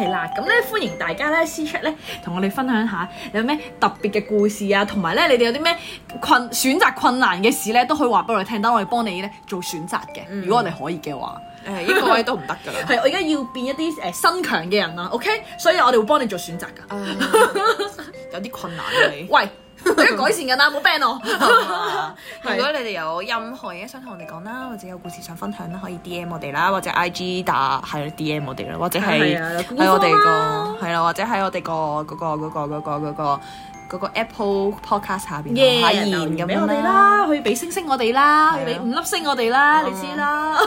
[SPEAKER 2] 係啦，咁咧歡迎大家咧私 chat 咧同我哋分享下有咩特別嘅故事啊，同埋咧你哋有啲咩困選擇困難嘅事咧，都可以話俾我哋聽，等我哋幫你咧做選擇嘅。如果我哋可以嘅話，
[SPEAKER 1] 誒呢個位都唔得㗎啦。
[SPEAKER 2] 嗯係我而家要變一啲誒、呃新強嘅人啦，OK，所以我哋會幫你做選擇㗎。
[SPEAKER 1] 有啲困難啊你。
[SPEAKER 2] 喂，我而家改善緊啦，冇 ban
[SPEAKER 1] [laughs]
[SPEAKER 2] [laughs] 我。
[SPEAKER 1] 如果你哋有任何嘢想同我哋講啦，或者有故事想分享啦，可以 D M 我哋啦，或者 I G 打係啦 D M 我哋啦，或者係
[SPEAKER 2] 係啊有
[SPEAKER 1] 喺我哋
[SPEAKER 2] 官方
[SPEAKER 1] 個
[SPEAKER 2] 啦
[SPEAKER 1] 係啦，或者喺我哋個嗰個嗰個嗰個嗰個嗰個 Apple Podcast 下邊
[SPEAKER 2] 耶！
[SPEAKER 1] 留下言
[SPEAKER 2] 留
[SPEAKER 1] 咁
[SPEAKER 2] 言俾
[SPEAKER 1] 樣
[SPEAKER 2] 我哋
[SPEAKER 1] 啦。
[SPEAKER 2] 啦，可以俾星星我哋啦，可以
[SPEAKER 1] 係
[SPEAKER 2] 俾
[SPEAKER 1] 啊
[SPEAKER 2] 五粒星我哋啦，你
[SPEAKER 1] 嗯
[SPEAKER 2] 知 [laughs] 啦。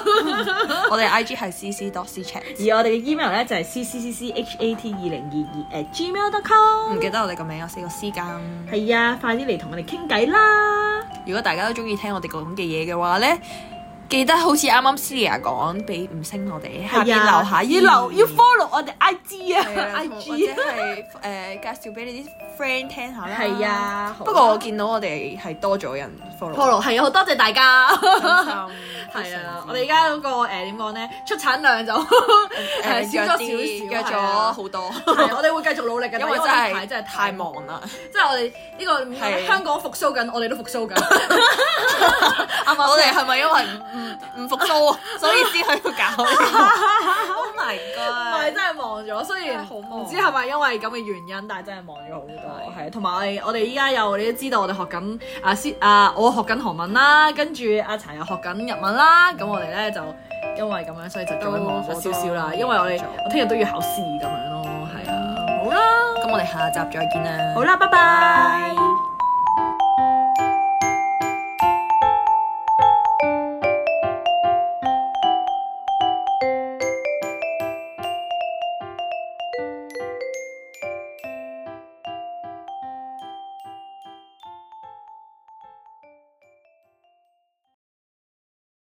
[SPEAKER 1] 我哋 I G 係 C C dot C chat，
[SPEAKER 2] 而我哋嘅 email 咧就係 c c c c h a t 二零二二 at gmail dot
[SPEAKER 1] 唔
[SPEAKER 2] com。
[SPEAKER 1] 記得我哋個名有四個 C 㗎。
[SPEAKER 2] 係啊，快啲嚟同我哋傾偈啦！
[SPEAKER 1] 如果大家都中意聽我哋講嘅嘢嘅話咧，記得好似啱啱 Celia 講，俾五星我哋，下邊
[SPEAKER 2] 係啊嗯
[SPEAKER 1] 留下言，
[SPEAKER 2] 要留要 follow 我哋 IG
[SPEAKER 1] 係
[SPEAKER 2] [laughs]
[SPEAKER 1] 啊
[SPEAKER 2] 啊
[SPEAKER 1] 或者
[SPEAKER 2] ，IG 啊。
[SPEAKER 1] 係誒、介紹俾你啲 friend 聽下啦。
[SPEAKER 2] 係啊好啊
[SPEAKER 1] 不過我見到我哋係多咗人 follow。 [laughs]
[SPEAKER 2] follow 係啊，好多謝大家。
[SPEAKER 1] 係
[SPEAKER 2] 係啊， [laughs] 我哋而家嗰個誒點講咧，出產量 [laughs] 就誒
[SPEAKER 1] 誒
[SPEAKER 2] 少咗少少，
[SPEAKER 1] 約
[SPEAKER 2] 係啊
[SPEAKER 1] 咗好多，
[SPEAKER 2] 係，我哋會繼續努力嘅，
[SPEAKER 1] 因
[SPEAKER 2] 為
[SPEAKER 1] 為
[SPEAKER 2] 呢
[SPEAKER 1] 真
[SPEAKER 2] 排
[SPEAKER 1] 係
[SPEAKER 2] 真係
[SPEAKER 1] 太
[SPEAKER 2] 太忙，
[SPEAKER 1] 忙啦。
[SPEAKER 2] 即係我啊哋呢個
[SPEAKER 1] 係
[SPEAKER 2] 香港復甦緊，我哋都復甦 [laughs] 緊。
[SPEAKER 1] 啱我哋係咪因為唔唔唔復甦，所以先喺度
[SPEAKER 2] [laughs]
[SPEAKER 1] 搞呢個？Oh my
[SPEAKER 2] 我哋
[SPEAKER 1] god！
[SPEAKER 2] 真係忙咗，雖
[SPEAKER 1] 真
[SPEAKER 2] 然
[SPEAKER 1] 係好忙
[SPEAKER 2] 唔知係咪因為咁嘅原因，但係真係忙咗好多。
[SPEAKER 1] 係
[SPEAKER 2] 係，同埋我哋我哋依家又你都知道，我哋學緊啊先啊，我學緊韓文啦，跟住阿柴又學緊日文啦，咁我哋咧就因為咁樣，所以就更加忙咗少少啦。
[SPEAKER 1] 都
[SPEAKER 2] 因為我哋
[SPEAKER 1] 做
[SPEAKER 2] 我聽日都要考試咁樣咯，係啊，好啦，
[SPEAKER 1] 咁我哋下集再見啦。
[SPEAKER 2] 好啦，拜拜。